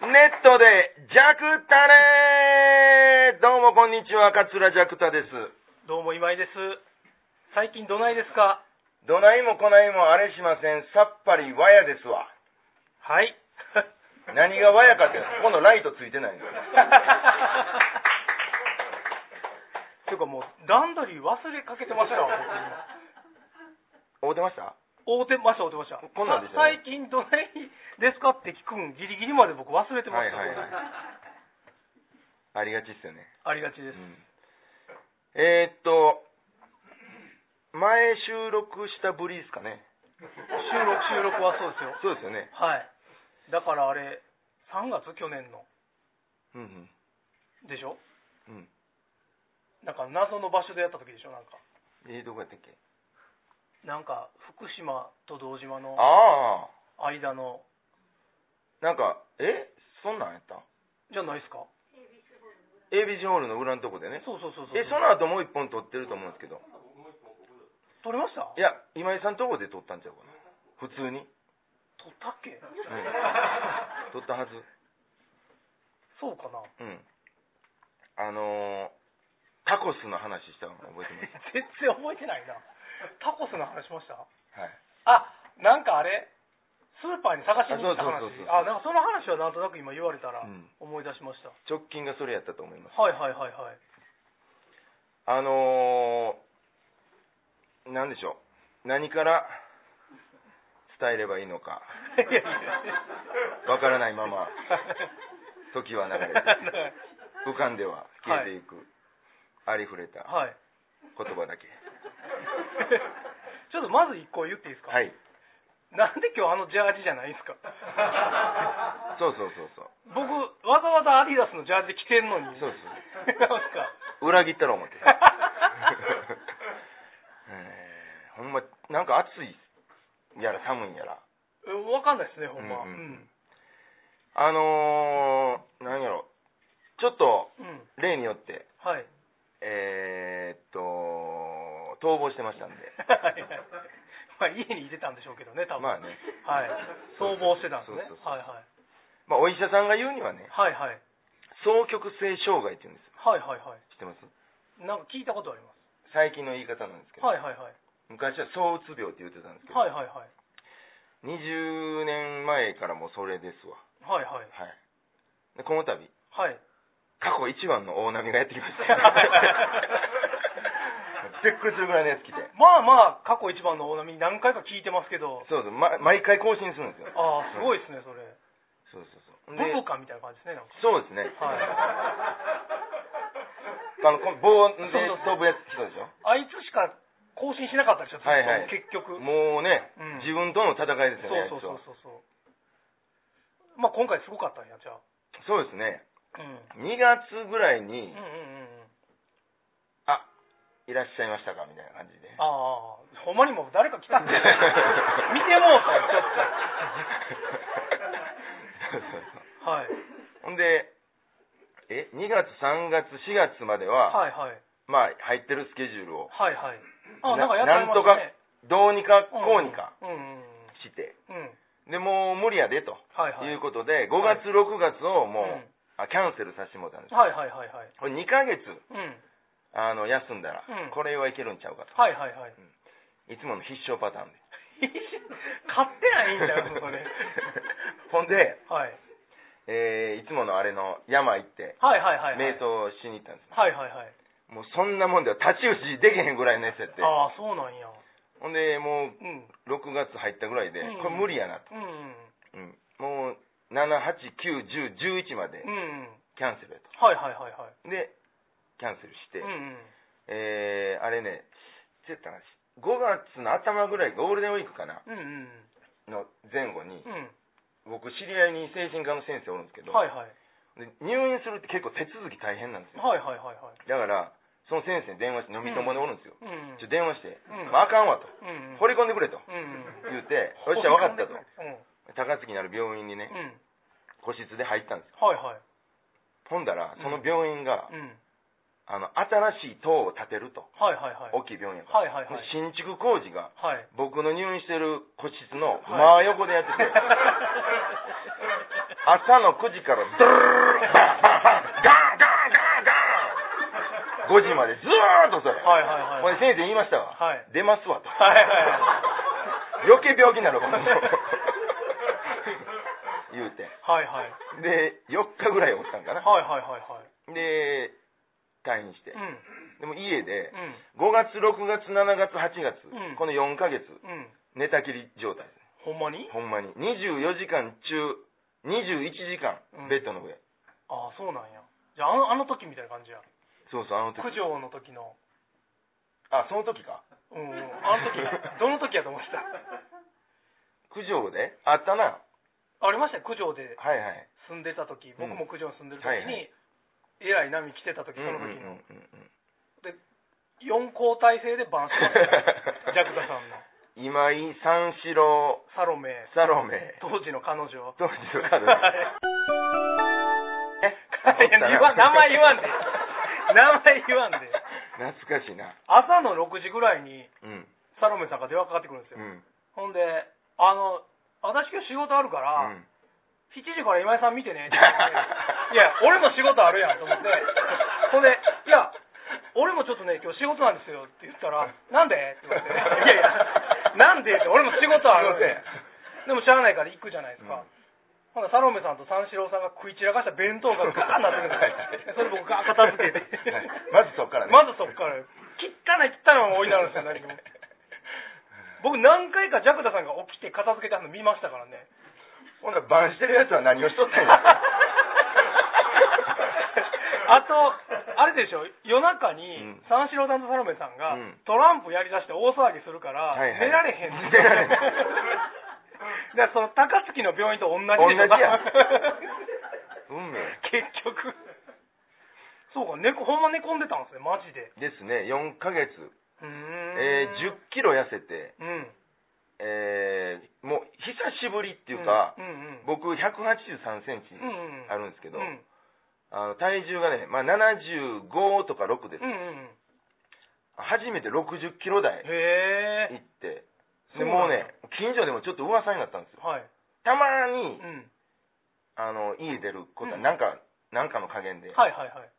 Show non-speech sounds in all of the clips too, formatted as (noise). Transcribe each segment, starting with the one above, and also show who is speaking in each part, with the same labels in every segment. Speaker 1: ネットで、ジャクタレどうもこんにちは、桂ジャクタです。
Speaker 2: どうも今井です。最近どないですか
Speaker 1: どないもこないもあれしません、さっぱりわやですわ。
Speaker 2: (laughs) はい。
Speaker 1: 何がわやかって、ここ
Speaker 2: (laughs)
Speaker 1: のライトついてないんです
Speaker 2: ていうかもう段取り忘れかけてましたわ僕
Speaker 1: 合うてました
Speaker 2: 今。会うてました、会うてました。
Speaker 1: こんなんでした
Speaker 2: さ
Speaker 1: ね
Speaker 2: 最近どないですかって聞くんギリギリまで僕忘れてま
Speaker 1: はい
Speaker 2: した、
Speaker 1: はいはい。ありがちっすよね。
Speaker 2: ありがちです。
Speaker 1: うんえー、っと、前収録したブリースかね。
Speaker 2: 収録、収録はそうですよ。
Speaker 1: そうですよね。
Speaker 2: はい。だからあれ、3月去年の、
Speaker 1: うんうん。
Speaker 2: でしょ
Speaker 1: うん。
Speaker 2: なんか謎の場所でやった時でしょなんか。
Speaker 1: えー、どこやったっけ
Speaker 2: なんか福島と堂島の
Speaker 1: ああ。
Speaker 2: 間の、
Speaker 1: なんか、えそんなんやった
Speaker 2: じゃないですか
Speaker 1: ?ABC ホールの裏のとこでね。
Speaker 2: そうそうそうそう。
Speaker 1: え、その後もう一本撮ってると思うんですけど。
Speaker 2: 撮れました
Speaker 1: いや、今井さんとこで撮ったんちゃうかな。普通に。
Speaker 2: 撮ったっ (laughs) け、
Speaker 1: 撮ったはず。
Speaker 2: そうか (laughs) な
Speaker 1: うん。あのー、タコスの話したの覚えて (laughs) ます
Speaker 2: 全然覚えてないなタコスの話しました
Speaker 1: はい。
Speaker 2: あなんかあれスーパーに探しに行った
Speaker 1: あそ
Speaker 2: 話
Speaker 1: うそうそうそう
Speaker 2: あなんかその話はなんとなく今言われたら
Speaker 1: うん
Speaker 2: 思い出しました、
Speaker 1: 直近がそれやったと思います。
Speaker 2: はいはいはいはい
Speaker 1: あのー、なんでしょう。何から伝えればいいのか、
Speaker 2: いやいや
Speaker 1: わからないま
Speaker 2: (laughs)
Speaker 1: ま、時は流れ (laughs) て、浮かんでは消えていく、ありふれた
Speaker 2: はい
Speaker 1: 言葉だけ。
Speaker 2: ちょっとまず一個言っていいですか、
Speaker 1: はい。
Speaker 2: なんで今日あのジャージじゃないですか
Speaker 1: (laughs) そうそうそうそう。
Speaker 2: 僕わざわざアディダスのジャージ着てんのに
Speaker 1: そうそう
Speaker 2: (laughs) なんすか
Speaker 1: 裏切ったら思
Speaker 2: (laughs)
Speaker 1: って。えーほんま、なんか暑いやら寒いやら。
Speaker 2: 分かんないですねほんま
Speaker 1: う
Speaker 2: うんん、
Speaker 1: う
Speaker 2: うんん
Speaker 1: あのー、なんやろ、ちょっと、例によって、
Speaker 2: はい (laughs)
Speaker 1: えー、っと、逃亡してましたんで、
Speaker 2: はいはいまあ家にいてたんでしょうけどね多分
Speaker 1: まあね
Speaker 2: はい
Speaker 1: そうそう
Speaker 2: 逃亡してたんですね
Speaker 1: そうそうそう
Speaker 2: はいはい
Speaker 1: まあ、お医者さんが言うにはね、
Speaker 2: はいはい
Speaker 1: 双極性障害って言うんですよ。
Speaker 2: はいはいは
Speaker 1: 知ってます
Speaker 2: いなんか聞いたことありま
Speaker 1: 最近の言い方なんですけ
Speaker 2: す
Speaker 1: ど、
Speaker 2: はいはいはい
Speaker 1: 昔は躁うつ病って言ってたんですけど、
Speaker 2: はいはいはい
Speaker 1: 20年前からもうそれですわ。
Speaker 2: はいはい
Speaker 1: はい。でこの度、
Speaker 2: はい
Speaker 1: 過去一番の大波がやってきま
Speaker 2: (laughs)
Speaker 1: した。びっくりするぐらいのやつ来て。
Speaker 2: まあまあ過去一番の大波何回か聞いてますけど
Speaker 1: そうそう、ま、毎回更新するんですよ。
Speaker 2: ああすご
Speaker 1: い。
Speaker 2: いですねそれ
Speaker 1: そうそうそう。で
Speaker 2: ブブカみたいな感じですねなんか
Speaker 1: そうですね。
Speaker 2: はい
Speaker 1: (laughs) あの、この棒で
Speaker 2: そうそうそう
Speaker 1: 飛ぶやつ来たでしょ。
Speaker 2: あいつしか更新しなかったでしょずっと
Speaker 1: はいはい
Speaker 2: 結局
Speaker 1: もうね、
Speaker 2: うん
Speaker 1: 自分との戦いですよね。
Speaker 2: そうそうそうそうそうまあ今回すごかったんやじゃあ
Speaker 1: そうそうですね。
Speaker 2: うん
Speaker 1: 2月ぐらいに
Speaker 2: うん、うんうんうん
Speaker 1: あ、いらっしゃいましたかみたいな感じで。
Speaker 2: ああほんまにもう誰か
Speaker 1: (laughs)
Speaker 2: 来たんじゃない見てもうたよち
Speaker 1: そうそうそう
Speaker 2: ょ (laughs) っ
Speaker 1: (laughs)
Speaker 2: とはい
Speaker 1: ほんで、え、2月、3月、4月までは、
Speaker 2: はいはい
Speaker 1: まあ、入ってるスケジュールを、
Speaker 2: はいはい
Speaker 1: な
Speaker 2: あなんかやってましたね
Speaker 1: どうにかこうにか
Speaker 2: うんうんうん
Speaker 1: して、
Speaker 2: うんうん
Speaker 1: で、もう無理やで、と
Speaker 2: はいはいいう
Speaker 1: ことで、5月、6月をもう、
Speaker 2: うん
Speaker 1: あキャンセルさせてもらったんですよ。
Speaker 2: はいはいはいはい
Speaker 1: これ2ヶ月、
Speaker 2: うん
Speaker 1: あの、休んだら、
Speaker 2: うん
Speaker 1: これはいけるんちゃうか
Speaker 2: はいはいはい
Speaker 1: と。いつもの必勝パターンで。
Speaker 2: (laughs) 買ってないんだよそれ
Speaker 1: ほんで、
Speaker 2: はい
Speaker 1: えーいつものあれの山行って、
Speaker 2: はいはいはいはい
Speaker 1: 瞑想しに行ったんです。
Speaker 2: はいはいはい
Speaker 1: もうそんなもんでは太刀打ちできへんぐらいのやつやって。
Speaker 2: ああそうなんや
Speaker 1: ほんで、もう、
Speaker 2: うん
Speaker 1: 6月入ったぐらいで、
Speaker 2: うん
Speaker 1: これ無理やなと、
Speaker 2: うんうん
Speaker 1: うんもう7、8、9、10、11まで
Speaker 2: うんうん
Speaker 1: キャンセルやと、
Speaker 2: はいはいはいは
Speaker 1: で、キャンセルして、
Speaker 2: いうんうん
Speaker 1: えー、あれね、ちょっとな5月の頭ぐらい、ゴールデンウィークかな、
Speaker 2: うんうん
Speaker 1: の前後に、
Speaker 2: うん
Speaker 1: 僕、知り合いに精神科の先生おるんですけど、
Speaker 2: はいはい
Speaker 1: で入院するって結構手続き大変なんですよ、
Speaker 2: はいはいはいはい
Speaker 1: だから、その先生に電話して、飲み友でおるんですよ、
Speaker 2: うんうん
Speaker 1: ちょ電話して、
Speaker 2: うん
Speaker 1: まああかんわと、
Speaker 2: うんうん
Speaker 1: 掘り込んでくれと
Speaker 2: うんうん
Speaker 1: 言って、そしたら分かったと、
Speaker 2: うんうん
Speaker 1: 高槻にある病院にね、個室で入ったんですよ
Speaker 2: はいはい
Speaker 1: ほんだら、その病院が、
Speaker 2: うん
Speaker 1: あの、新しい塔を建てると。
Speaker 2: はいはいはい
Speaker 1: 大きい病院やから。
Speaker 2: はいはいはい
Speaker 1: 新築工事が、
Speaker 2: はい
Speaker 1: 僕の入院してる個室の
Speaker 2: はい
Speaker 1: 真横でやってて、朝の9時からドゥルルルルバンバンバンガンガンガンガン5時までずーっとそれ
Speaker 2: はいはいはい
Speaker 1: これ先生言いましたわ、
Speaker 2: はい
Speaker 1: 出ますわと、
Speaker 2: はいはい
Speaker 1: 余計病気になるわ言うて
Speaker 2: はいはい
Speaker 1: で4日ぐらいおったんかな、
Speaker 2: はいはいはいはい
Speaker 1: で退院してで
Speaker 2: う、ん
Speaker 1: も家で
Speaker 2: うん
Speaker 1: 5月6月7月8月、
Speaker 2: うん
Speaker 1: この4ヶ月
Speaker 2: うん
Speaker 1: 寝たきり状態
Speaker 2: ほんまに
Speaker 1: ほんまに24時間中21時間
Speaker 2: うん
Speaker 1: ベッドの上、
Speaker 2: ああそうなんやじゃああのあの時みたいな感じや
Speaker 1: そうそうあの時
Speaker 2: 九条の時の
Speaker 1: あその時か
Speaker 2: うんうんあの時
Speaker 1: (laughs)
Speaker 2: どの時やと思ってた
Speaker 1: 九条であったな
Speaker 2: ありましたね九条で
Speaker 1: はいはい
Speaker 2: 住んでた時僕も九条に住んでる時
Speaker 1: はいは
Speaker 2: に、えらい波来てた時
Speaker 1: う
Speaker 2: そ
Speaker 1: ん
Speaker 2: の
Speaker 1: うんうん
Speaker 2: 時
Speaker 1: うんう
Speaker 2: の、
Speaker 1: ん
Speaker 2: 4交代制でバンし
Speaker 1: (laughs)
Speaker 2: ましたジャクザさんの
Speaker 1: 今井三四郎
Speaker 2: サロメ
Speaker 1: サロメ
Speaker 2: 当時の彼女
Speaker 1: 当時の彼女
Speaker 2: はい
Speaker 1: え
Speaker 2: (laughs) いや言わ名前言
Speaker 1: (laughs)
Speaker 2: わんで名前言わんで
Speaker 1: 懐かしいな
Speaker 2: 朝の6時ぐらいに
Speaker 1: うん
Speaker 2: サロメさんが電話かかってくるんです
Speaker 1: う
Speaker 2: よ、
Speaker 1: ん
Speaker 2: ほんであの私今日仕事あるから、
Speaker 1: うん
Speaker 2: 7時から今井さん見てねって言っていや俺も仕事あるやんと思 (laughs) ってほんで「いや
Speaker 1: (laughs)
Speaker 2: 俺もちょっとね今日仕事なんですよ」って言ったら「なんで?」って言われて「いやいやなんで?」って俺も仕事あるんででもしゃあないから行くじゃないですか、ほんならサロメさんと三四郎さんが食い散らかした弁当がガーンなってくるんですよそれ僕が片付けて
Speaker 1: はいまずそっからね
Speaker 2: まずそっから汚い汚い
Speaker 1: (laughs)
Speaker 2: まま置いてあるんですよ何も僕何回かジャクダさんが起きて片付けたの見ましたからね
Speaker 1: ほんならバンしてるやつは何をしとったんや
Speaker 2: (laughs) あと、あれでしょ、夜中に
Speaker 1: うん
Speaker 2: 三四郎さんとサロメさんが、
Speaker 1: うん
Speaker 2: トランプやりだして大騒ぎするから、
Speaker 1: はいはい
Speaker 2: 寝られ
Speaker 1: (laughs)
Speaker 2: へんって
Speaker 1: 寝られへん
Speaker 2: だからその高槻の病院と同じで
Speaker 1: 同じ
Speaker 2: しょ
Speaker 1: や運命
Speaker 2: 結局そうか猫ほんま寝込んでたんですねマジで
Speaker 1: ですね4ヶ月、
Speaker 2: うーん
Speaker 1: えー、1 0キロ痩せて、
Speaker 2: うんっ
Speaker 1: えー、もう久しぶりっていうか、
Speaker 2: うんうん
Speaker 1: 僕1 8 3センチ
Speaker 2: うんうん
Speaker 1: あるんですけど、
Speaker 2: うん
Speaker 1: あの体重がね、まあ、75とか6です、
Speaker 2: うんうんうん
Speaker 1: 初めて60キロ台
Speaker 2: へ
Speaker 1: (laughs) 行
Speaker 2: え
Speaker 1: って
Speaker 2: そ
Speaker 1: で
Speaker 2: うな
Speaker 1: も
Speaker 2: ん
Speaker 1: う
Speaker 2: だ
Speaker 1: ね近所でもちょっと噂になったんですよ
Speaker 2: はい
Speaker 1: たまに、
Speaker 2: うん
Speaker 1: あの家出ることは
Speaker 2: うん
Speaker 1: なんか、なんかの加減で,、
Speaker 2: はいはいはい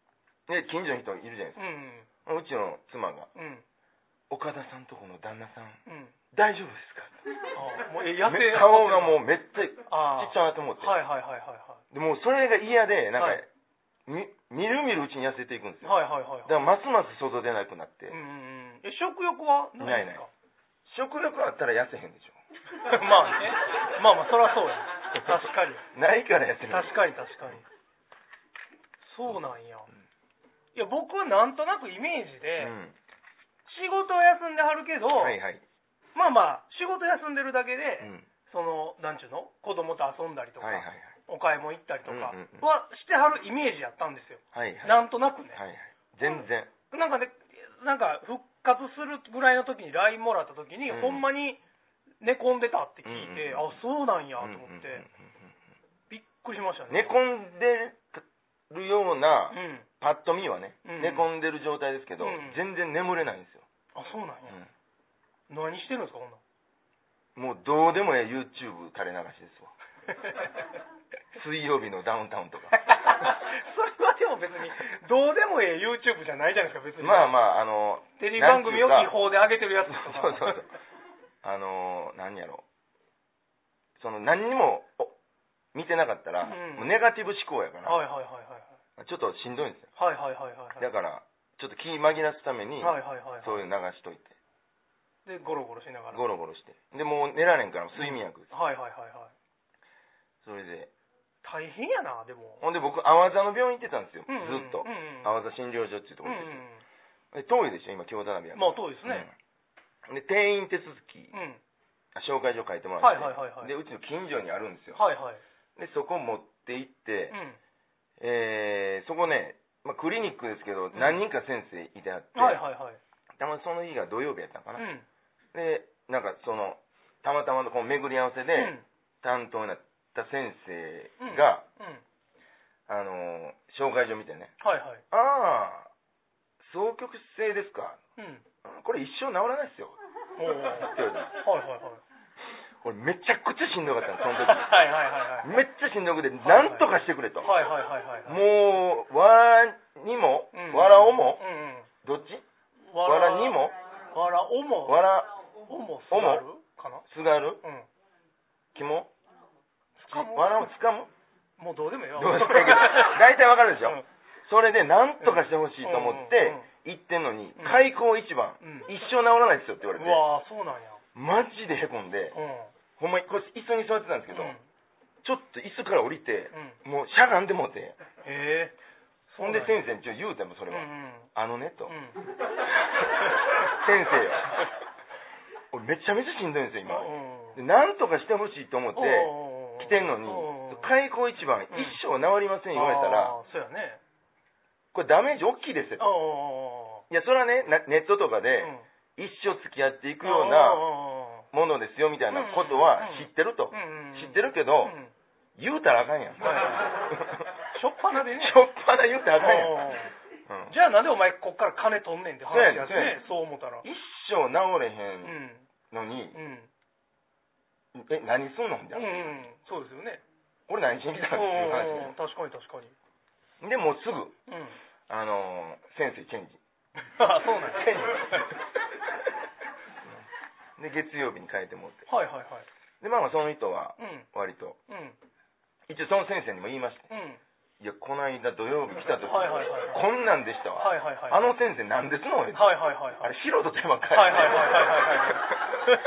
Speaker 1: で近所の人いるじゃないです
Speaker 2: うんうん
Speaker 1: かうちの妻が
Speaker 2: うん
Speaker 1: 「岡田さんとこの旦那さん
Speaker 2: うん
Speaker 1: 大丈夫ですか?」
Speaker 2: あもうえ野
Speaker 1: め
Speaker 2: 生
Speaker 1: 顔がもうめっちゃちっ
Speaker 2: あ
Speaker 1: ちゃなと思って、
Speaker 2: はいはいはいはい
Speaker 1: でもうそれが嫌でなんか、
Speaker 2: はい
Speaker 1: みみるみるうちに痩せていくんですよ
Speaker 2: はいはいはいはい
Speaker 1: だからますます外出なくなって、
Speaker 2: うんうんうんえ食欲はないんですか
Speaker 1: 食欲あったら痩せへんでしょ
Speaker 2: まあねまあまあそりゃそうや確かに
Speaker 1: (laughs) ないから痩せない
Speaker 2: 確かに確かにそうなんやいや僕はなんとなくイメージで、
Speaker 1: うん
Speaker 2: 仕事は休んではるけど、
Speaker 1: はいはい、
Speaker 2: まあまあ仕事休んでるだけ
Speaker 1: う
Speaker 2: で、
Speaker 1: ん、
Speaker 2: そのなんちゅうの子供と遊んだりとか、
Speaker 1: はいはいはい
Speaker 2: お買い物行ったりとか
Speaker 1: うんうんうん
Speaker 2: はしてはるイメージやったんですよ、
Speaker 1: はいはい
Speaker 2: なんとなくね、
Speaker 1: はいはい全然
Speaker 2: なんかね、なんか復活するぐらいの時に LINE もらった時に、
Speaker 1: うん
Speaker 2: ほんまに寝込んでたって聞いて、
Speaker 1: うんうん
Speaker 2: あそうなんやと
Speaker 1: うん
Speaker 2: 思って、
Speaker 1: うんうん
Speaker 2: びっくりしました
Speaker 1: 寝
Speaker 2: ね。
Speaker 1: 込んでるような
Speaker 2: うん、
Speaker 1: パッと見はね、
Speaker 2: うん
Speaker 1: 寝込んでる状態ですけど、
Speaker 2: うん
Speaker 1: 全然眠れないんですよ、
Speaker 2: あそうなんや、何してるんですかこんなん
Speaker 1: (laughs) うんもうどうでもええ YouTube 垂れ流しですわ
Speaker 2: (laughs)
Speaker 1: 水曜日のダウンタウンとか
Speaker 2: それはでも別にどうでもええ YouTube じゃないじゃないですか別に、
Speaker 1: まあ
Speaker 2: あ、
Speaker 1: まああの
Speaker 2: テレビ番組を
Speaker 1: なんていう
Speaker 2: 違
Speaker 1: か
Speaker 2: 法で上げてるやつとか
Speaker 1: そうそうそうあの何やろその何にもお見てなかったら、
Speaker 2: うん
Speaker 1: もうネガティブ思考やから、
Speaker 2: はいはいはいはい
Speaker 1: ちょっとしんどいんですよ
Speaker 2: はいはいはいはいはい
Speaker 1: だからちょっと気紛らすために、
Speaker 2: はいはいはい
Speaker 1: そうい
Speaker 2: はい
Speaker 1: うの流しといて
Speaker 2: でゴロゴロしながら
Speaker 1: ゴロゴロしてでもう寝られんから睡眠薬です、
Speaker 2: はいはいはいはい
Speaker 1: それで
Speaker 2: 大変やなでも
Speaker 1: ほんで僕淡座の病院行ってたんですよ、
Speaker 2: うんう
Speaker 1: ずっ
Speaker 2: ん
Speaker 1: と、
Speaker 2: うんうん
Speaker 1: 淡座診療所っていうとこ
Speaker 2: う
Speaker 1: ろで,、
Speaker 2: ん
Speaker 1: で遠い
Speaker 2: うん
Speaker 1: でしょ今京田辺や
Speaker 2: うん
Speaker 1: から
Speaker 2: まあそうですね、
Speaker 1: うんで転院手続き
Speaker 2: うん
Speaker 1: あ紹介状書いてもらって、
Speaker 2: はいはいはいはい
Speaker 1: でうちの近所にあるんですよ、
Speaker 2: はいはい
Speaker 1: でそこ持って行って
Speaker 2: う、ん
Speaker 1: えーそこね、まあ、クリニックですけど、
Speaker 2: ん
Speaker 1: 何人か先生いてあって、
Speaker 2: はいはいはい
Speaker 1: たまたまその日が土曜日やったのか
Speaker 2: う
Speaker 1: な、
Speaker 2: ん
Speaker 1: でなんかそのたまたまのこの巡り合わせ
Speaker 2: うん
Speaker 1: で担当になった先生が、
Speaker 2: うん
Speaker 1: あのー紹介状見てね
Speaker 2: はいはい
Speaker 1: 「ああ双極性ですか (laughs)
Speaker 2: うん
Speaker 1: これ一生治らないですよ
Speaker 2: おーはいはいはい」
Speaker 1: 俺めちゃくちゃしんどかったのその時
Speaker 2: はいはいはいはい
Speaker 1: めっちゃしんどくてなんとかしてくれと、
Speaker 2: はいはいはいはいはい
Speaker 1: もうわにも、
Speaker 2: うん
Speaker 1: わらおも
Speaker 2: うんうん
Speaker 1: どっち
Speaker 2: わ
Speaker 1: わらにも
Speaker 2: わらおも
Speaker 1: わら
Speaker 2: おもすがるかな
Speaker 1: すがる
Speaker 2: うん
Speaker 1: きも
Speaker 2: つかも
Speaker 1: わらをつかむ
Speaker 2: もうどうでもいい
Speaker 1: ど
Speaker 2: よ
Speaker 1: うしたらいいか大体わかるでしょ、
Speaker 2: うん
Speaker 1: それでなんとかしてほしいと思っ
Speaker 2: うんうんうん
Speaker 1: て行ってんのに
Speaker 2: ん
Speaker 1: 開口一番、
Speaker 2: うん
Speaker 1: 一生治らないですよって言われて
Speaker 2: うわーそうなんや
Speaker 1: マジでへこんで
Speaker 2: うん
Speaker 1: ほんまにこれ椅子に座ってたんですけど、
Speaker 2: うん
Speaker 1: ちょっと椅子から降りて
Speaker 2: う、ん
Speaker 1: もうしゃがんでもうて
Speaker 2: へえ
Speaker 1: ほんで先生にちょっと言うてもそれ
Speaker 2: うんう
Speaker 1: は、
Speaker 2: ん
Speaker 1: あのねと、 (laughs)
Speaker 2: うん
Speaker 1: 先生よ俺めちゃめちゃしんどいんですよ今、
Speaker 2: うん
Speaker 1: でなんとかしてほしいと思って来て
Speaker 2: 来
Speaker 1: んのに開口一番、一生治りません言われたら
Speaker 2: そうやね
Speaker 1: これダメージ大きいですよ
Speaker 2: おうおうおうおう
Speaker 1: いやそれはねなネットとか
Speaker 2: う
Speaker 1: で
Speaker 2: ん
Speaker 1: 一生付き合っていくような
Speaker 2: おうおう
Speaker 1: も
Speaker 2: おう
Speaker 1: のですよみたいなことは
Speaker 2: うん
Speaker 1: 知ってると、
Speaker 2: うんうん
Speaker 1: 知ってるけ
Speaker 2: う
Speaker 1: ど、
Speaker 2: ん
Speaker 1: 言うたらあかんやん、
Speaker 2: は
Speaker 1: (laughs)
Speaker 2: いはい初っ端でね
Speaker 1: しょっぱな言うたらあかんやん、
Speaker 2: おうおう
Speaker 1: うん
Speaker 2: じゃあなんでお前こっから金取んねんって話やし
Speaker 1: そうやね
Speaker 2: ねそう思ったら
Speaker 1: 一生治れへ
Speaker 2: うん
Speaker 1: んのに、
Speaker 2: うん
Speaker 1: え何すんのみ
Speaker 2: う
Speaker 1: たい
Speaker 2: んう
Speaker 1: な、
Speaker 2: んそうですよね
Speaker 1: 俺何しに来たんっていう話
Speaker 2: うんうんうん確かに確かに
Speaker 1: でもうすぐ (laughs)
Speaker 2: うん
Speaker 1: あのー先生チェンジ
Speaker 2: あそうなんや
Speaker 1: (laughs) で月曜日に変えてもらって
Speaker 2: はいはいはい
Speaker 1: でまあまあその人は
Speaker 2: うん
Speaker 1: 割と
Speaker 2: うん
Speaker 1: 一応その先生にも言いました
Speaker 2: うん
Speaker 1: いやこの間土曜日来た時、
Speaker 2: はいはいはいはい
Speaker 1: こんなんでしたわ、
Speaker 2: はいはいはい
Speaker 1: あの先生なんですの、
Speaker 2: はいはいはい
Speaker 1: あれ素人手ばっかり
Speaker 2: はいはいはいはいはいはい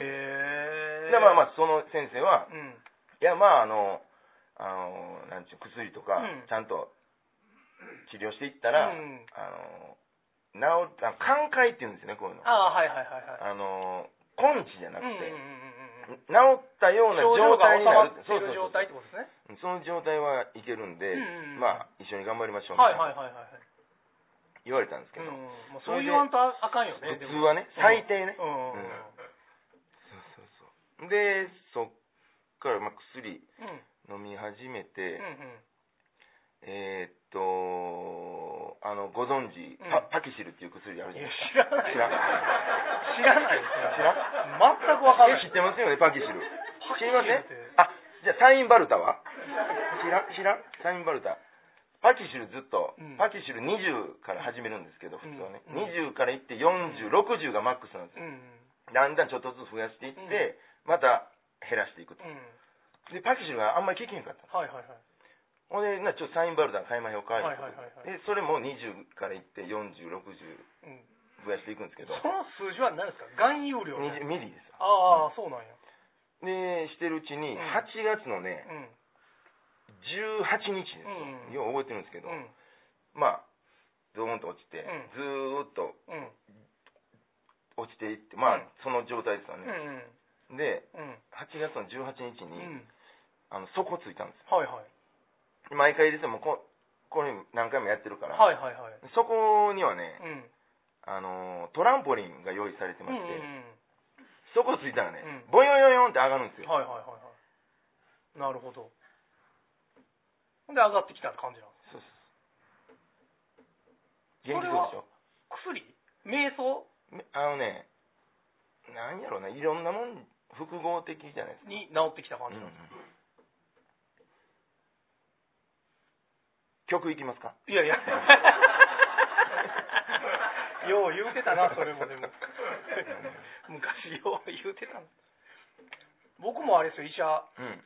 Speaker 2: へえ
Speaker 1: (laughs)
Speaker 2: (laughs)
Speaker 1: でまあまあその先生は
Speaker 2: うん
Speaker 1: いやまああのあのなんちゅう薬とか
Speaker 2: うん
Speaker 1: ちゃんと治療していったら、
Speaker 2: うん
Speaker 1: あの治った寛解っていうんですよねこういうの
Speaker 2: ああはいはいはいはい
Speaker 1: あの根治じゃな
Speaker 2: う
Speaker 1: く
Speaker 2: んうんうん
Speaker 1: て、
Speaker 2: うんうん
Speaker 1: 治ったような
Speaker 2: 症
Speaker 1: 状
Speaker 2: 状が
Speaker 1: 態
Speaker 2: 収
Speaker 1: に
Speaker 2: ま
Speaker 1: なる
Speaker 2: っている状態ってことです
Speaker 1: そう
Speaker 2: ね
Speaker 1: そうそうその状態はいけるんで、
Speaker 2: うんうん
Speaker 1: まあ一緒に頑張りましょうみ
Speaker 2: は
Speaker 1: た
Speaker 2: い
Speaker 1: いな
Speaker 2: はいはいはいはい
Speaker 1: 言われたんですけ
Speaker 2: うん
Speaker 1: ど、
Speaker 2: もうそう言わんとああかんよね
Speaker 1: 普
Speaker 2: で
Speaker 1: 通
Speaker 2: も
Speaker 1: はね
Speaker 2: うん
Speaker 1: 最低ね、
Speaker 2: うんうん
Speaker 1: そうそうそうでそっからまあ薬
Speaker 2: うん
Speaker 1: 飲み始めて、
Speaker 2: うんうん
Speaker 1: えーっとあのご存知、
Speaker 2: うん
Speaker 1: パパキシルっていう薬ある
Speaker 2: い
Speaker 1: じゃ
Speaker 2: や
Speaker 1: ない
Speaker 2: 知らない
Speaker 1: 知らん
Speaker 2: 知らないです
Speaker 1: 知
Speaker 2: よ
Speaker 1: ら
Speaker 2: 全くわかんない
Speaker 1: え知ってますよねパキシル
Speaker 2: パ
Speaker 1: 知
Speaker 2: キシ
Speaker 1: り
Speaker 2: ル
Speaker 1: ま
Speaker 2: っ
Speaker 1: せん
Speaker 2: て
Speaker 1: あじゃあサインバルタは知らん知らんサインバルタパキシルずっと、
Speaker 2: うん
Speaker 1: パキシル20から始めるんですけど普通はね、
Speaker 2: うん
Speaker 1: 20からいって4060がマックスなんですよ
Speaker 2: うん
Speaker 1: だんだんちょっとずつ増やしていって、また減らしていくと
Speaker 2: うん
Speaker 1: でパキシルがあんまり効けへんかった
Speaker 2: はいはいはい
Speaker 1: ほんでなちょっとサインバルタ買いましょうか、
Speaker 2: はいはいはいはい
Speaker 1: でそれも20からいって4060
Speaker 2: うん
Speaker 1: 増やしていくんですけ
Speaker 2: そ
Speaker 1: ど
Speaker 2: の数字は何ですか含有量
Speaker 1: 20ミリですわ
Speaker 2: ああそうなんや
Speaker 1: でしてるうちに
Speaker 2: うん
Speaker 1: 8月のね、
Speaker 2: うん
Speaker 1: 18日ですよ
Speaker 2: う
Speaker 1: よう
Speaker 2: ん
Speaker 1: 覚えてるんですけど、
Speaker 2: うん
Speaker 1: まあドーンと落ちて、
Speaker 2: うん
Speaker 1: ずーっと
Speaker 2: う
Speaker 1: 落
Speaker 2: ん
Speaker 1: ちていってまあ、
Speaker 2: うん
Speaker 1: その状態ですよ
Speaker 2: う
Speaker 1: ね、
Speaker 2: ん
Speaker 1: で
Speaker 2: うん
Speaker 1: 8月の18日
Speaker 2: う
Speaker 1: に、
Speaker 2: ん
Speaker 1: あの底ついたんで
Speaker 2: はいはい
Speaker 1: すよ毎回ですよもうここれ何回もやってるから、
Speaker 2: はいはいはい
Speaker 1: そこにはね、あ
Speaker 2: うん
Speaker 1: のートランポリンが用意されて
Speaker 2: う
Speaker 1: まし
Speaker 2: ん
Speaker 1: て、
Speaker 2: うん
Speaker 1: そこついたらね、
Speaker 2: うん
Speaker 1: ボヨヨヨンって上がるんですよ、
Speaker 2: はいはいはいはいなるほどほんで上がってきた感じなん
Speaker 1: そ
Speaker 2: です
Speaker 1: うそう元気そうでしょ
Speaker 2: 薬瞑想
Speaker 1: めあのねなんやろうないろんなもん複合的じゃないですか
Speaker 2: に治ってきた感じ
Speaker 1: う
Speaker 2: なんんです
Speaker 1: 曲いきますか
Speaker 2: いやいやよう言うてたなそれもでも昔よう言うてたな僕もあれですよ医者
Speaker 1: うん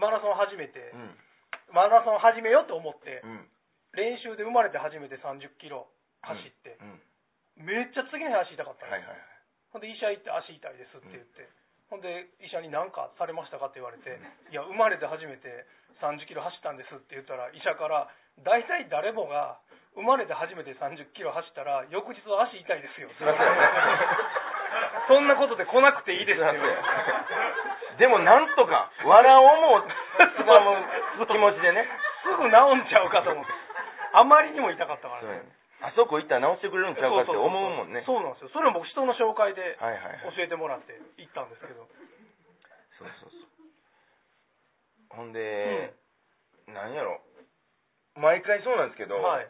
Speaker 2: マラソン始めて、
Speaker 1: うん
Speaker 2: マラソン始めようと思って
Speaker 1: うん
Speaker 2: 練習で生まれて初めて30キロ走って、
Speaker 1: うん
Speaker 2: めっちゃ次の日足痛かった
Speaker 1: はいはいは
Speaker 2: の、
Speaker 1: い
Speaker 2: ほんで医者行って足痛いですって言って、ほんで医者に何かされましたかって言われて、いや生まれて初めて30キロ走ったんですって言ったら医者から大体誰もが生まれて初めて30キロ走ったら翌日は足痛いですよ
Speaker 1: すいません
Speaker 2: (laughs) そんなことで来なくていいです
Speaker 1: す
Speaker 2: よ
Speaker 1: いません (laughs) でも
Speaker 2: (laughs)
Speaker 1: なんとか笑おうもつまむ気持ちでね
Speaker 2: すぐ治んちゃうかと思ってあまりにも痛かったから
Speaker 1: そう
Speaker 2: ね
Speaker 1: やねあそこ行ったら直してくれるんちゃうかって思うもんね
Speaker 2: そうなんですよそれも僕人の紹介で
Speaker 1: はいはいはい
Speaker 2: 教えてもらって行ったんですけど、
Speaker 1: そうそうそうほんで、なんやろ毎回そうなんですけど、
Speaker 2: はい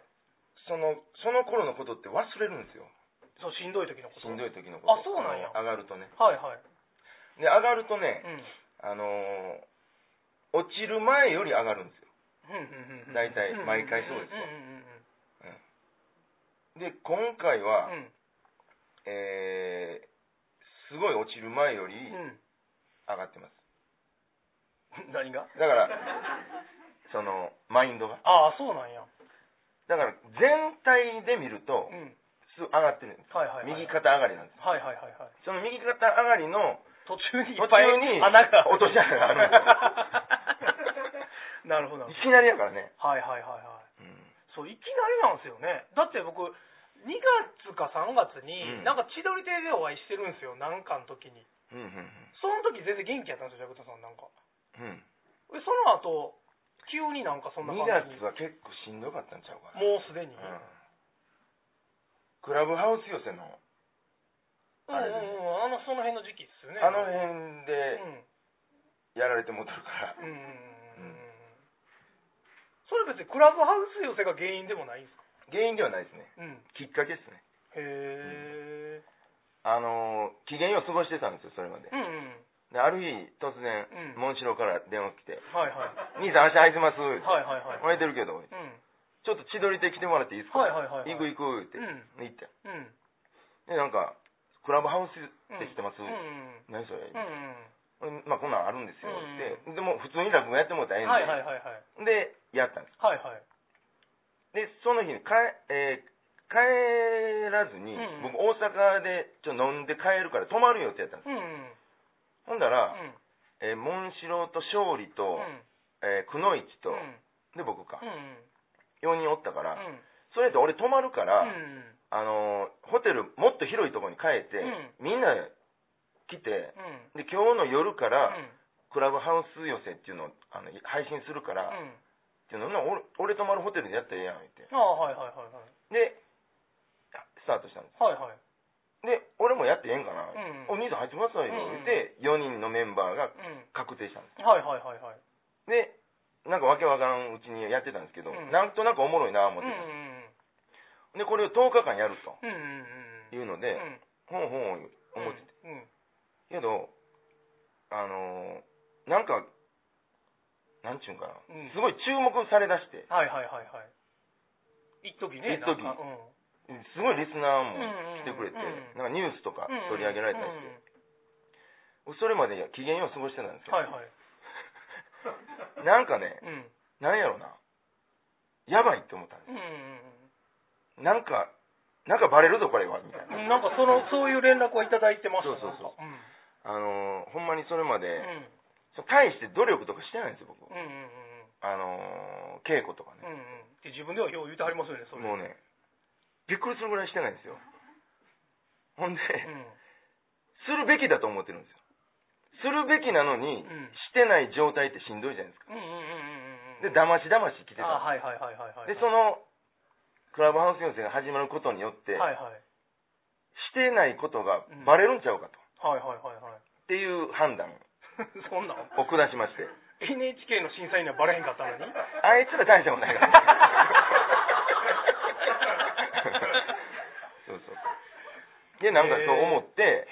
Speaker 1: そのその頃のことって忘れるんですよ
Speaker 2: そうしんどい時のこと
Speaker 1: しんどい時のこと
Speaker 2: あそうなんや
Speaker 1: 上がるとね
Speaker 2: はいはい
Speaker 1: で上がると
Speaker 2: う
Speaker 1: ね、
Speaker 2: ん
Speaker 1: あのー落ちる前より上がるんですよ大体毎回そうですわで今回は、えーすごい落ちる前より上がってます、
Speaker 2: 何が
Speaker 1: だからそのマインドが
Speaker 2: ああそうなんや
Speaker 1: だから全体で見ると
Speaker 2: う、ん
Speaker 1: す上がってるんです
Speaker 2: はいはいはい
Speaker 1: 右肩上がりなんです
Speaker 2: はいはいはいはい
Speaker 1: その右肩上がりの
Speaker 2: 途中にい
Speaker 1: 途
Speaker 2: っぱい
Speaker 1: 中に
Speaker 2: 穴が
Speaker 1: 落とし穴がある
Speaker 2: (laughs) なるほど
Speaker 1: いきなりやからね、
Speaker 2: はいはいはいはい
Speaker 1: うん
Speaker 2: そういきなりなんですよねだって僕2月か3月に、
Speaker 1: うん
Speaker 2: なんか千鳥亭でお会いしてるんですよなんかの時に
Speaker 1: うんうんうん
Speaker 2: その時全然元気やったんですよジャクタさんなんか
Speaker 1: うん
Speaker 2: でその後急になんかそんな
Speaker 1: 2
Speaker 2: 感じに
Speaker 1: 月は結構しんどかったんちゃうかな
Speaker 2: もうすでに、
Speaker 1: うんクラブハウス寄せの
Speaker 2: うんうんうんあのその辺の時期ですよね
Speaker 1: あの辺で
Speaker 2: うん
Speaker 1: やられてもうてるから
Speaker 2: うんうんうんうんそれ別にクラブハウス寄せが原因でもないんですか
Speaker 1: 原因ではないですね
Speaker 2: うん
Speaker 1: きっかけですね
Speaker 2: へえ
Speaker 1: あのー機嫌を過ごしてたんですよそれまで
Speaker 2: うんうん
Speaker 1: である日突然
Speaker 2: うん
Speaker 1: モンシローから電話来て
Speaker 2: はいは
Speaker 1: 「
Speaker 2: い
Speaker 1: 兄さん明日空いてます」って
Speaker 2: はいはいはい
Speaker 1: 「空いてるけど」
Speaker 2: うん
Speaker 1: ちょっと千鳥で来てもらっていいですか
Speaker 2: はいはいはいはい
Speaker 1: 行く行く」って
Speaker 2: うん
Speaker 1: 行って
Speaker 2: うん
Speaker 1: でなんか「クラブハウス
Speaker 2: うん
Speaker 1: って知ってます
Speaker 2: うんうん
Speaker 1: 何それ
Speaker 2: うんうん
Speaker 1: 俺まあこんなんあるんですよ
Speaker 2: うん
Speaker 1: ってでも普通に落語やってもらったらええんで
Speaker 2: はいはいはいはい
Speaker 1: で、やったんです。
Speaker 2: はいはい
Speaker 1: で、その日に帰、えー帰らずに、
Speaker 2: うん
Speaker 1: 僕大阪でちょっと飲んで帰るから泊まるよってやったんです。
Speaker 2: うんうん
Speaker 1: ほんだ
Speaker 2: う
Speaker 1: ら、
Speaker 2: ん
Speaker 1: えー、モンシローと勝利と、えー、くのいちと、
Speaker 2: うんうん
Speaker 1: で、僕か
Speaker 2: う。ん
Speaker 1: 4人おったから、
Speaker 2: うん
Speaker 1: それで俺泊まるから、
Speaker 2: うん
Speaker 1: あのーホテルもっと広いところに帰って、
Speaker 2: う
Speaker 1: みんな来て、
Speaker 2: うん
Speaker 1: で、今日の夜か
Speaker 2: う
Speaker 1: ら、
Speaker 2: ん
Speaker 1: クラブハウス寄せっていうのをあの配信するから、
Speaker 2: う
Speaker 1: っ
Speaker 2: ん
Speaker 1: ていうのを俺俺泊まるホテルでやったらええやんって。
Speaker 2: ああはいはいはいはい
Speaker 1: で、スタートしたんです。
Speaker 2: はいはい
Speaker 1: で、俺もやってええんかな、
Speaker 2: うん
Speaker 1: お兄さん入ってくださいよ、
Speaker 2: うん
Speaker 1: で、4人のメンバーが
Speaker 2: う
Speaker 1: 確定したんで
Speaker 2: んはいはいはいはい
Speaker 1: す。で、なんかわけわからんうちにやってたんですけど、
Speaker 2: うん
Speaker 1: なんとなくおもろいなぁ思
Speaker 2: う
Speaker 1: って、
Speaker 2: ん
Speaker 1: で、これを10日間やると
Speaker 2: うんうんうん
Speaker 1: いうので、ほんほん思ってて。
Speaker 2: うんうん
Speaker 1: けど、あのーなんか、なんちゅうんかな、
Speaker 2: うん
Speaker 1: すごい注目されだして、
Speaker 2: はいはいはいはい一時ね
Speaker 1: 一時
Speaker 2: なんかうん
Speaker 1: すごいリスナーも来てくれて、
Speaker 2: うんうんうん
Speaker 1: なんかニュースとか
Speaker 2: うん
Speaker 1: 取り上げられたりして、それまで機嫌を過ごしてたんです
Speaker 2: うん
Speaker 1: よ。
Speaker 2: はいはい
Speaker 1: なんかね、
Speaker 2: うん
Speaker 1: なんやろな、やばいって思ったんで
Speaker 2: うん
Speaker 1: す。なんか、なんかバレるぞ、これは、みたい
Speaker 2: うんう
Speaker 1: な。
Speaker 2: んなんかそのそういう連絡はいただいてましたね
Speaker 1: そうそうそう
Speaker 2: なん
Speaker 1: あ
Speaker 2: か
Speaker 1: のーほんまにそれまで、
Speaker 2: うん
Speaker 1: その大して努力とかしてないんですよ、僕。
Speaker 2: うんうんうん
Speaker 1: あのー稽古とか
Speaker 2: う
Speaker 1: ね。
Speaker 2: んうんって自分ではよう言うてはりますよねそれ
Speaker 1: もうね、びっくりするぐらいしてないんですよ。ほんで、
Speaker 2: う
Speaker 1: するべきだと思ってるんですよ。するべきなのに、し
Speaker 2: ん
Speaker 1: てない状態ってしんどいじゃないですか。
Speaker 2: うんうんうんうんうん
Speaker 1: で、だましだまし来て
Speaker 2: あ
Speaker 1: た。
Speaker 2: はいはいはいはいはい
Speaker 1: で、その、クラブハウス予選が始まることによって、
Speaker 2: はいはい
Speaker 1: してないことがバレるんちゃうかと。
Speaker 2: はいはいはいはい (laughs)
Speaker 1: っていう判断
Speaker 2: そんなん
Speaker 1: を下しまして。
Speaker 2: NHK の審査員にはバレへんかったのに
Speaker 1: (laughs) あいつら大したことない
Speaker 2: (laughs)
Speaker 1: から。そうそうそう。で、なんかそう思って、
Speaker 2: へ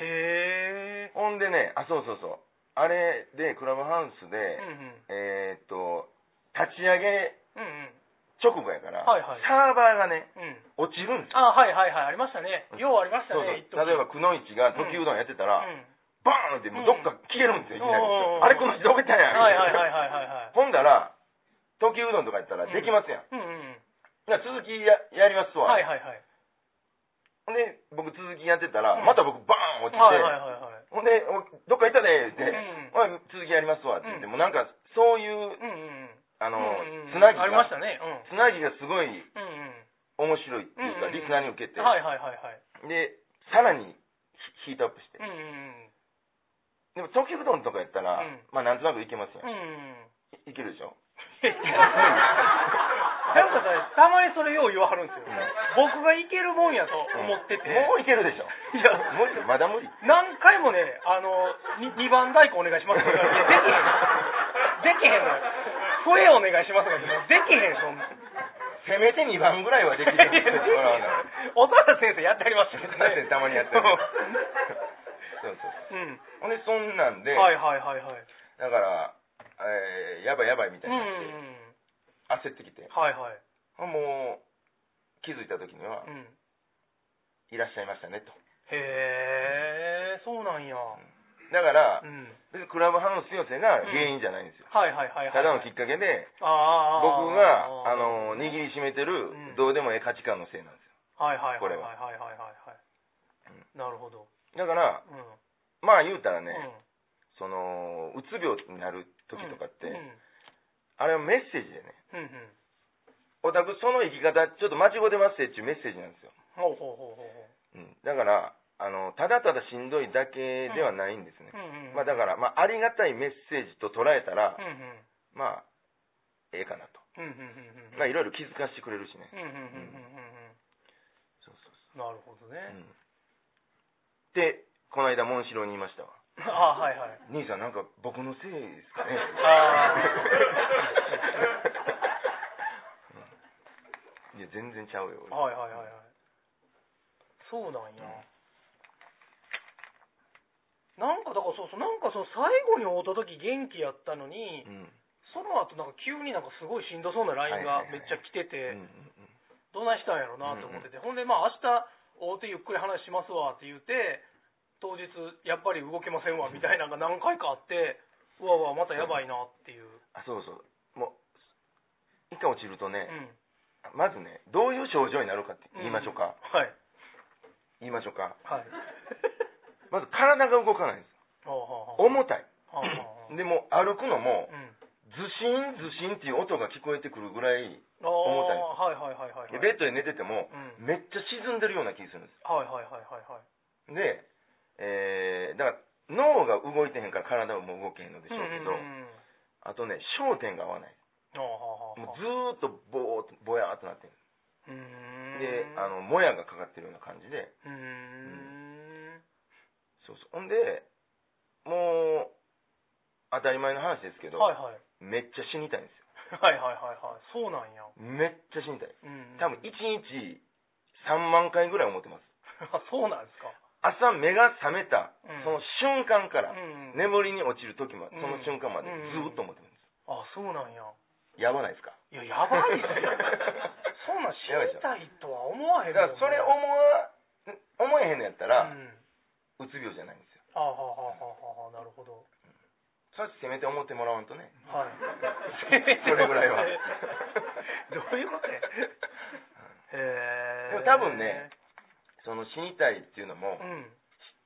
Speaker 2: え
Speaker 1: ほんでね、あ、そうそうそう。あれで、クラブハウスで、
Speaker 2: うんうん
Speaker 1: えーっと、立ち上げ
Speaker 2: うんうん
Speaker 1: 直後やから、
Speaker 2: はいはい
Speaker 1: サーバーがね、
Speaker 2: うん
Speaker 1: 落ちるんですよ。
Speaker 2: あはいはいはいありましたねようありました
Speaker 1: そうそう
Speaker 2: ね一時
Speaker 1: 例えば、くのいちが時うどんやってたら、
Speaker 2: うん
Speaker 1: バーンってもうどっか消えるんですよ、いきなり
Speaker 2: うん。
Speaker 1: あれ、この人どこ行ったんや
Speaker 2: はいはいはいはいはいはい
Speaker 1: ほんだら、時うどんとかやったらできますやん。
Speaker 2: うんうん
Speaker 1: じゃあ続きややりますわ。
Speaker 2: はいはいはい
Speaker 1: ほんで、僕続きやってたら、
Speaker 2: うん
Speaker 1: また僕バーン落ちて、
Speaker 2: はいはいはいはい
Speaker 1: ほんで、おどっか行ったで、って、
Speaker 2: うん
Speaker 1: おい続きやりますわ、って言って、
Speaker 2: うん
Speaker 1: もうなんか、そういう、
Speaker 2: うんうんうん
Speaker 1: あの、
Speaker 2: うんうん
Speaker 1: つなぎ
Speaker 2: ありまし
Speaker 1: が、
Speaker 2: たねうん
Speaker 1: つなぎがすごい
Speaker 2: うんうん
Speaker 1: 面白いっていうか、
Speaker 2: うんうんうん
Speaker 1: リスナーに受けて、
Speaker 2: はいはいはいはい
Speaker 1: で、さらにヒヒートアップして
Speaker 2: う。んうん
Speaker 1: でも、時うどんとかやったら、
Speaker 2: うん
Speaker 1: まあ、なんとなくいけますよ
Speaker 2: う。んうんうん
Speaker 1: いいけるでしょ。
Speaker 2: なんかね、たまにそれよう言わはるんですよ。僕がいけるもんやと
Speaker 1: うん
Speaker 2: 思ってて、
Speaker 1: もういけるでしょ。
Speaker 2: (laughs) いや
Speaker 1: 無理まだ無理。
Speaker 2: 何回もね、あの、2番大根お願いしますとか言われてできへ
Speaker 1: (laughs)
Speaker 2: んの。できへんの。笛お願いしますとか言ってできへん、そんな。
Speaker 1: せめて2番ぐらいはできる。
Speaker 2: (laughs) 小田原先生やってはりましたけ
Speaker 1: (laughs)
Speaker 2: ど
Speaker 1: だって
Speaker 2: ね。 (laughs)
Speaker 1: たまにやってる
Speaker 2: う
Speaker 1: そうそう。
Speaker 2: ん。
Speaker 1: ほんほんでそんなんで、
Speaker 2: はいはいはいはい
Speaker 1: だから、えーやばいやばいみた
Speaker 2: う
Speaker 1: い
Speaker 2: ん
Speaker 1: に
Speaker 2: うん
Speaker 1: なって、
Speaker 2: う
Speaker 1: 焦
Speaker 2: ん
Speaker 1: ってきて
Speaker 2: はいはい
Speaker 1: もう気づいた時には
Speaker 2: う、ん
Speaker 1: いらっしゃいましたねと
Speaker 2: へえそうなんや
Speaker 1: だから
Speaker 2: う、ん
Speaker 1: 別にクラブハウス寄せが原因じゃないんですよ、
Speaker 2: はいはいはいはい
Speaker 1: ただのきっかけで
Speaker 2: あー
Speaker 1: 僕があの握りしめてる
Speaker 2: うん
Speaker 1: どうでもええ価値観のせいなんです
Speaker 2: はいはいはいはい
Speaker 1: これは
Speaker 2: はいはいはいはい
Speaker 1: うん
Speaker 2: なるほど
Speaker 1: よだから
Speaker 2: うん
Speaker 1: まあ言うたらね、
Speaker 2: うん
Speaker 1: そのうつ病になる時とかって、
Speaker 2: うん
Speaker 1: あれはメッセージでね
Speaker 2: うんうん
Speaker 1: オタクその生き方ちょっと間違うてますってっていうメッセージなんですよ、
Speaker 2: ほうほうほうほ
Speaker 1: うん、だからあのただただしんどいだけではないんですね
Speaker 2: う、うんうん
Speaker 1: まあ、だから、まあ、ありがたいメッセージと捉えたら、
Speaker 2: うんうん
Speaker 1: まあええかなと、
Speaker 2: うんうんうんうん
Speaker 1: まあ、いろいろ気づかしてくれるしね
Speaker 2: うんうんうんうんうん
Speaker 1: そうそう
Speaker 2: うんなるほど
Speaker 1: そう、うん
Speaker 2: ね、
Speaker 1: でこの間モンシローに言いましたわ
Speaker 2: あーはいはい
Speaker 1: 兄さんなんか僕のせいですかね
Speaker 2: あ
Speaker 1: いや全然ちゃうよ俺
Speaker 2: はいはいはいはいそうなんや、なんかだからそうそうなんかその最後に会った時元気やったのに、
Speaker 1: うん
Speaker 2: その後なんか急になんかすごいしんどそうな LINE
Speaker 1: はいはいは
Speaker 2: が
Speaker 1: い
Speaker 2: めっちゃ来てて、
Speaker 1: うんうん
Speaker 2: どないしたんやろうなと思ってて、ほんでまあ明日会うてゆっくり話しますわって言って当日やっぱり動けませんわみたいなのが何回かあってうわうわまたやばいなっていう、
Speaker 1: あそうそうもう一回落ちると
Speaker 2: う
Speaker 1: ね、
Speaker 2: ん、
Speaker 1: まずねどういう症状になるかって言いましょうか、
Speaker 2: はい
Speaker 1: 言いましょうか (laughs)
Speaker 2: はい
Speaker 1: まず体が動かないんです
Speaker 2: はあはあは
Speaker 1: 重たい
Speaker 2: あはあはあ
Speaker 1: でもう歩くのも
Speaker 2: うん
Speaker 1: ズシンズシンっていう音が聞こえてくるぐらい
Speaker 2: あー
Speaker 1: 重たい
Speaker 2: はいはいはいはいはい
Speaker 1: でベッドで寝てても
Speaker 2: うん
Speaker 1: めっちゃ沈んでるような気がするんで
Speaker 2: はいはいはいはいはい
Speaker 1: すでえー、だから脳が動いてへんから体はもう動けへんのでしょうけど、
Speaker 2: うんうんうん
Speaker 1: あとね焦点が合わない
Speaker 2: あーはあは
Speaker 1: もう
Speaker 2: あ
Speaker 1: ずーっとぼーっとぼやーっとなってる
Speaker 2: うーん
Speaker 1: であのもやがかかってるような感じで
Speaker 2: うーん
Speaker 1: そうそうほんでもう当たり前の話ですけど、
Speaker 2: はいはい
Speaker 1: めっちゃ死にたいんです
Speaker 2: はいはいはいはいそうなんや
Speaker 1: よめっちゃ死にたい
Speaker 2: うん
Speaker 1: 多分1日3万回ぐらい思ってます
Speaker 2: あそうなんですか
Speaker 1: 朝目が覚めた
Speaker 2: う
Speaker 1: そ
Speaker 2: ん
Speaker 1: の瞬間から
Speaker 2: うんうん
Speaker 1: 眠りに落ちる時まで
Speaker 2: う
Speaker 1: その
Speaker 2: ん
Speaker 1: 瞬間までずーっと思ってるんで
Speaker 2: あそうなんや
Speaker 1: すやばないですか
Speaker 2: いややばいっすよ
Speaker 1: (laughs)
Speaker 2: そんなん死にたいとは思わへ
Speaker 1: だ
Speaker 2: ん
Speaker 1: からそれ思
Speaker 2: っ
Speaker 1: わ思えへんのやった
Speaker 2: たう
Speaker 1: ら
Speaker 2: ん
Speaker 1: うつ病じゃないんですよ
Speaker 2: あーはあはあはあはあなるほど
Speaker 1: そうやってせめて思ってもらわんと
Speaker 2: (laughs)
Speaker 1: ね
Speaker 2: はい
Speaker 1: (laughs) それぐらい
Speaker 2: (laughs)
Speaker 1: は
Speaker 2: どういうことやへえ
Speaker 1: でも多分ねその死にたいっていうのも
Speaker 2: うん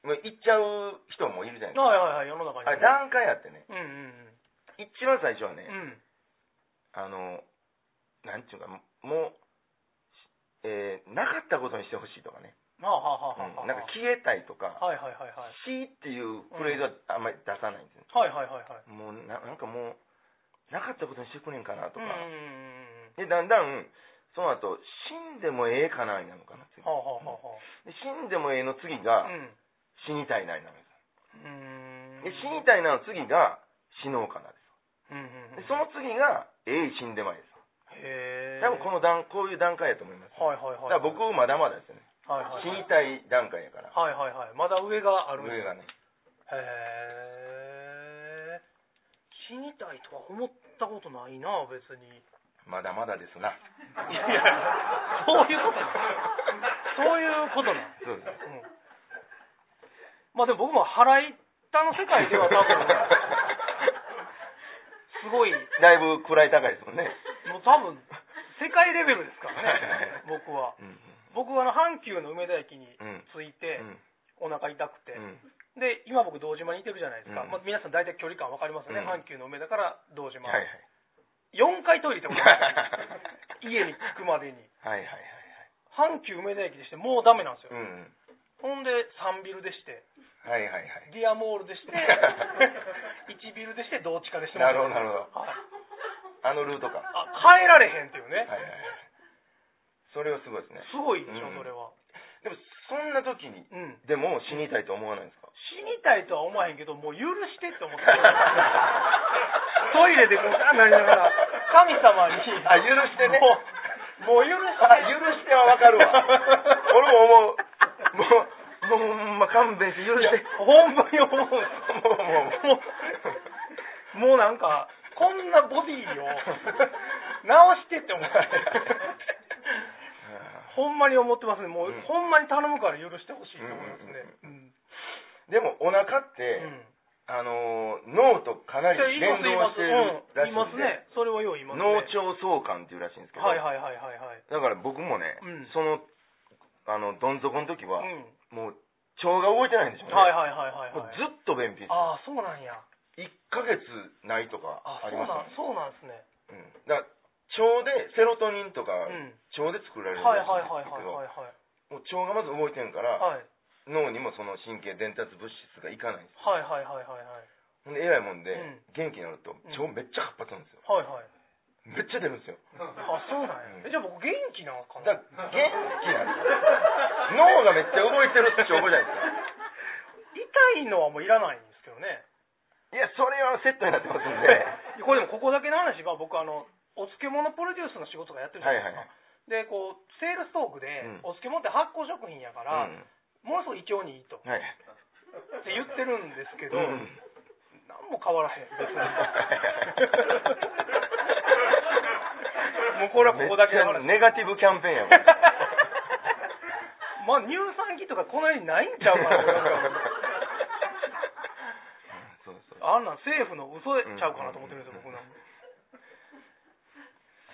Speaker 1: もう行っちゃう人もいるじゃないですか
Speaker 2: はいはいはい世の中に
Speaker 1: あれ段階あってね
Speaker 2: うんうん
Speaker 1: 一番最初は
Speaker 2: う
Speaker 1: ね
Speaker 2: んうん
Speaker 1: あのなんちゅうかもう、えーなかったことにしてほしいとかね、
Speaker 2: あーはあはあはあは
Speaker 1: う
Speaker 2: あ
Speaker 1: んなんか消えたいとか
Speaker 2: はいはいはいはい
Speaker 1: 死っていうフレーズはあんまり出さないんですね、
Speaker 2: はいはいはいはい
Speaker 1: もうななんかもうなかったことにしてくれんかなとか、
Speaker 2: うんうんうんうん
Speaker 1: でだんだんその後死んでもええかなになるのかな次
Speaker 2: はあはあは
Speaker 1: で死んでもええの次
Speaker 2: あはあ
Speaker 1: が
Speaker 2: うん
Speaker 1: 死にたいなになるんです
Speaker 2: うーん
Speaker 1: で死にたいなの次が死のうかなで
Speaker 2: うんうんうん
Speaker 1: すでその次がええ死んでまいです
Speaker 2: へえ
Speaker 1: 多分この段こういう段階やと思います、
Speaker 2: はいはいはい
Speaker 1: だから僕まだまだですよね
Speaker 2: はいはい
Speaker 1: 死にたい段階やから
Speaker 2: はいはいはいまだ上がある
Speaker 1: 上がね
Speaker 2: へえ死にたいとは思ったことないな別に
Speaker 1: まだまだですな
Speaker 2: そういうことなそういうことな
Speaker 1: そうです
Speaker 2: うんまあでも僕も腹いったの世界では多分すごい
Speaker 1: だいぶ位高いですもんね
Speaker 2: もう多分世界レベルですから
Speaker 1: はいはい
Speaker 2: (laughs)
Speaker 1: はい
Speaker 2: ね僕は
Speaker 1: うん
Speaker 2: 僕はあの阪急の梅田駅に
Speaker 1: うん
Speaker 2: 着いて、
Speaker 1: うん
Speaker 2: お腹痛くて、
Speaker 1: うん
Speaker 2: で今僕堂島にいてるじゃないですか、
Speaker 1: うん
Speaker 2: まあ、皆さん大体距離感分かりますよね、
Speaker 1: うん
Speaker 2: 阪急の梅田から堂島、
Speaker 1: はいはい
Speaker 2: 4回トイレ行ってもら (laughs) う家に着くまでに
Speaker 1: はいはいはいはい
Speaker 2: 阪急梅田駅でしてもうダメなんです
Speaker 1: う
Speaker 2: よ、
Speaker 1: んうん
Speaker 2: ほんで3ビルでして
Speaker 1: はいはいはい
Speaker 2: ディアモールで
Speaker 1: (laughs)
Speaker 2: して1ビルでして同地下でしてもらう
Speaker 1: なるほど
Speaker 2: はい
Speaker 1: あのルートか
Speaker 2: あ帰られへんっていう
Speaker 1: はい
Speaker 2: ね、
Speaker 1: はいはいそれはすごいですね
Speaker 2: すごいでしょ、
Speaker 1: うん
Speaker 2: それは
Speaker 1: でもそんな時に
Speaker 2: うん
Speaker 1: でも死にたいと思わないんですか
Speaker 2: 死にたいとは思わへんけどもう許してって
Speaker 1: (laughs)
Speaker 2: 思ってるトイレでこうなりながら神様に
Speaker 1: あ許してね
Speaker 2: (laughs) もうもう許して (laughs)
Speaker 1: (laughs) あ許してはわかるわ俺も思うもうもほんま勘弁して許して
Speaker 2: ほんまに思うもう
Speaker 1: うも
Speaker 2: もうなんかこんなボディを直してって思ってほんまに思ってますねもう、
Speaker 1: うん
Speaker 2: ほんまに頼むから許してほしいと思いますねうん
Speaker 1: でもお腹っ
Speaker 2: う
Speaker 1: て、
Speaker 2: ん
Speaker 1: あのー脳とかなり
Speaker 2: じゃあ言いま
Speaker 1: 連
Speaker 2: す言い
Speaker 1: 動
Speaker 2: ま
Speaker 1: して
Speaker 2: す
Speaker 1: るら
Speaker 2: うん言
Speaker 1: しいんで、
Speaker 2: いますねそれはよう言いますね
Speaker 1: 脳腸相関っていうらしいんですけど、
Speaker 2: はいはいはいはいはい
Speaker 1: だから僕もね、
Speaker 2: うん
Speaker 1: そのあのどん底の時は、
Speaker 2: うん
Speaker 1: もう腸が動いてないんでしょうね、
Speaker 2: はいはいはい
Speaker 1: も
Speaker 2: はい
Speaker 1: う
Speaker 2: は
Speaker 1: ず
Speaker 2: い
Speaker 1: っと便秘
Speaker 2: ああそうなんや
Speaker 1: 1ヶ月ないとか
Speaker 2: あ
Speaker 1: あり
Speaker 2: そう
Speaker 1: ま
Speaker 2: なん
Speaker 1: す
Speaker 2: そうなんですね
Speaker 1: たね、うん、だから腸でセロトニンとか、
Speaker 2: うん
Speaker 1: 腸で作られる
Speaker 2: はい
Speaker 1: らし
Speaker 2: はい
Speaker 1: い
Speaker 2: は
Speaker 1: ん
Speaker 2: い
Speaker 1: ですけ
Speaker 2: は
Speaker 1: ど
Speaker 2: いはい
Speaker 1: もう腸がまず動いてるから、
Speaker 2: はいはい
Speaker 1: 脳にもその神経伝達物質がいかないんです
Speaker 2: はいはいはいはいはい
Speaker 1: ほんで偉いもんで、
Speaker 2: うん
Speaker 1: 元気になると腸めっちゃ活発なんですよ、
Speaker 2: はいはい
Speaker 1: めっちゃ出るんですよ
Speaker 2: あそうなんやえじゃあ僕元気なのか
Speaker 1: だか
Speaker 2: な
Speaker 1: ら元気なんですよ脳がめっちゃ動いてるって証拠じゃないですか
Speaker 2: 痛いのはもういらないんですけどね
Speaker 1: いやそれはセットになってますんで
Speaker 2: (laughs)
Speaker 1: (laughs)
Speaker 2: これでもここだけの話は僕あのお漬物プロデュースの仕事がやってるじゃないですか、
Speaker 1: はい
Speaker 2: でこうセールストークで、
Speaker 1: うん
Speaker 2: お漬物って発酵食品やから、
Speaker 1: うん
Speaker 2: ものすごい胃腸にいいと
Speaker 1: はい
Speaker 2: って言ってるんですけど、
Speaker 1: うん
Speaker 2: 何も変わらへ
Speaker 1: (laughs)
Speaker 2: ん別に (laughs) もうこれはここだけの話
Speaker 1: めっちゃネガティブキャンペーンやもん
Speaker 2: まあ乳酸菌とかこの世にないん (laughs) ちゃう
Speaker 1: (laughs)
Speaker 2: かなと思います
Speaker 1: そうそう
Speaker 2: あんなん政府の嘘ちゃうかなと思ってるんですよ、僕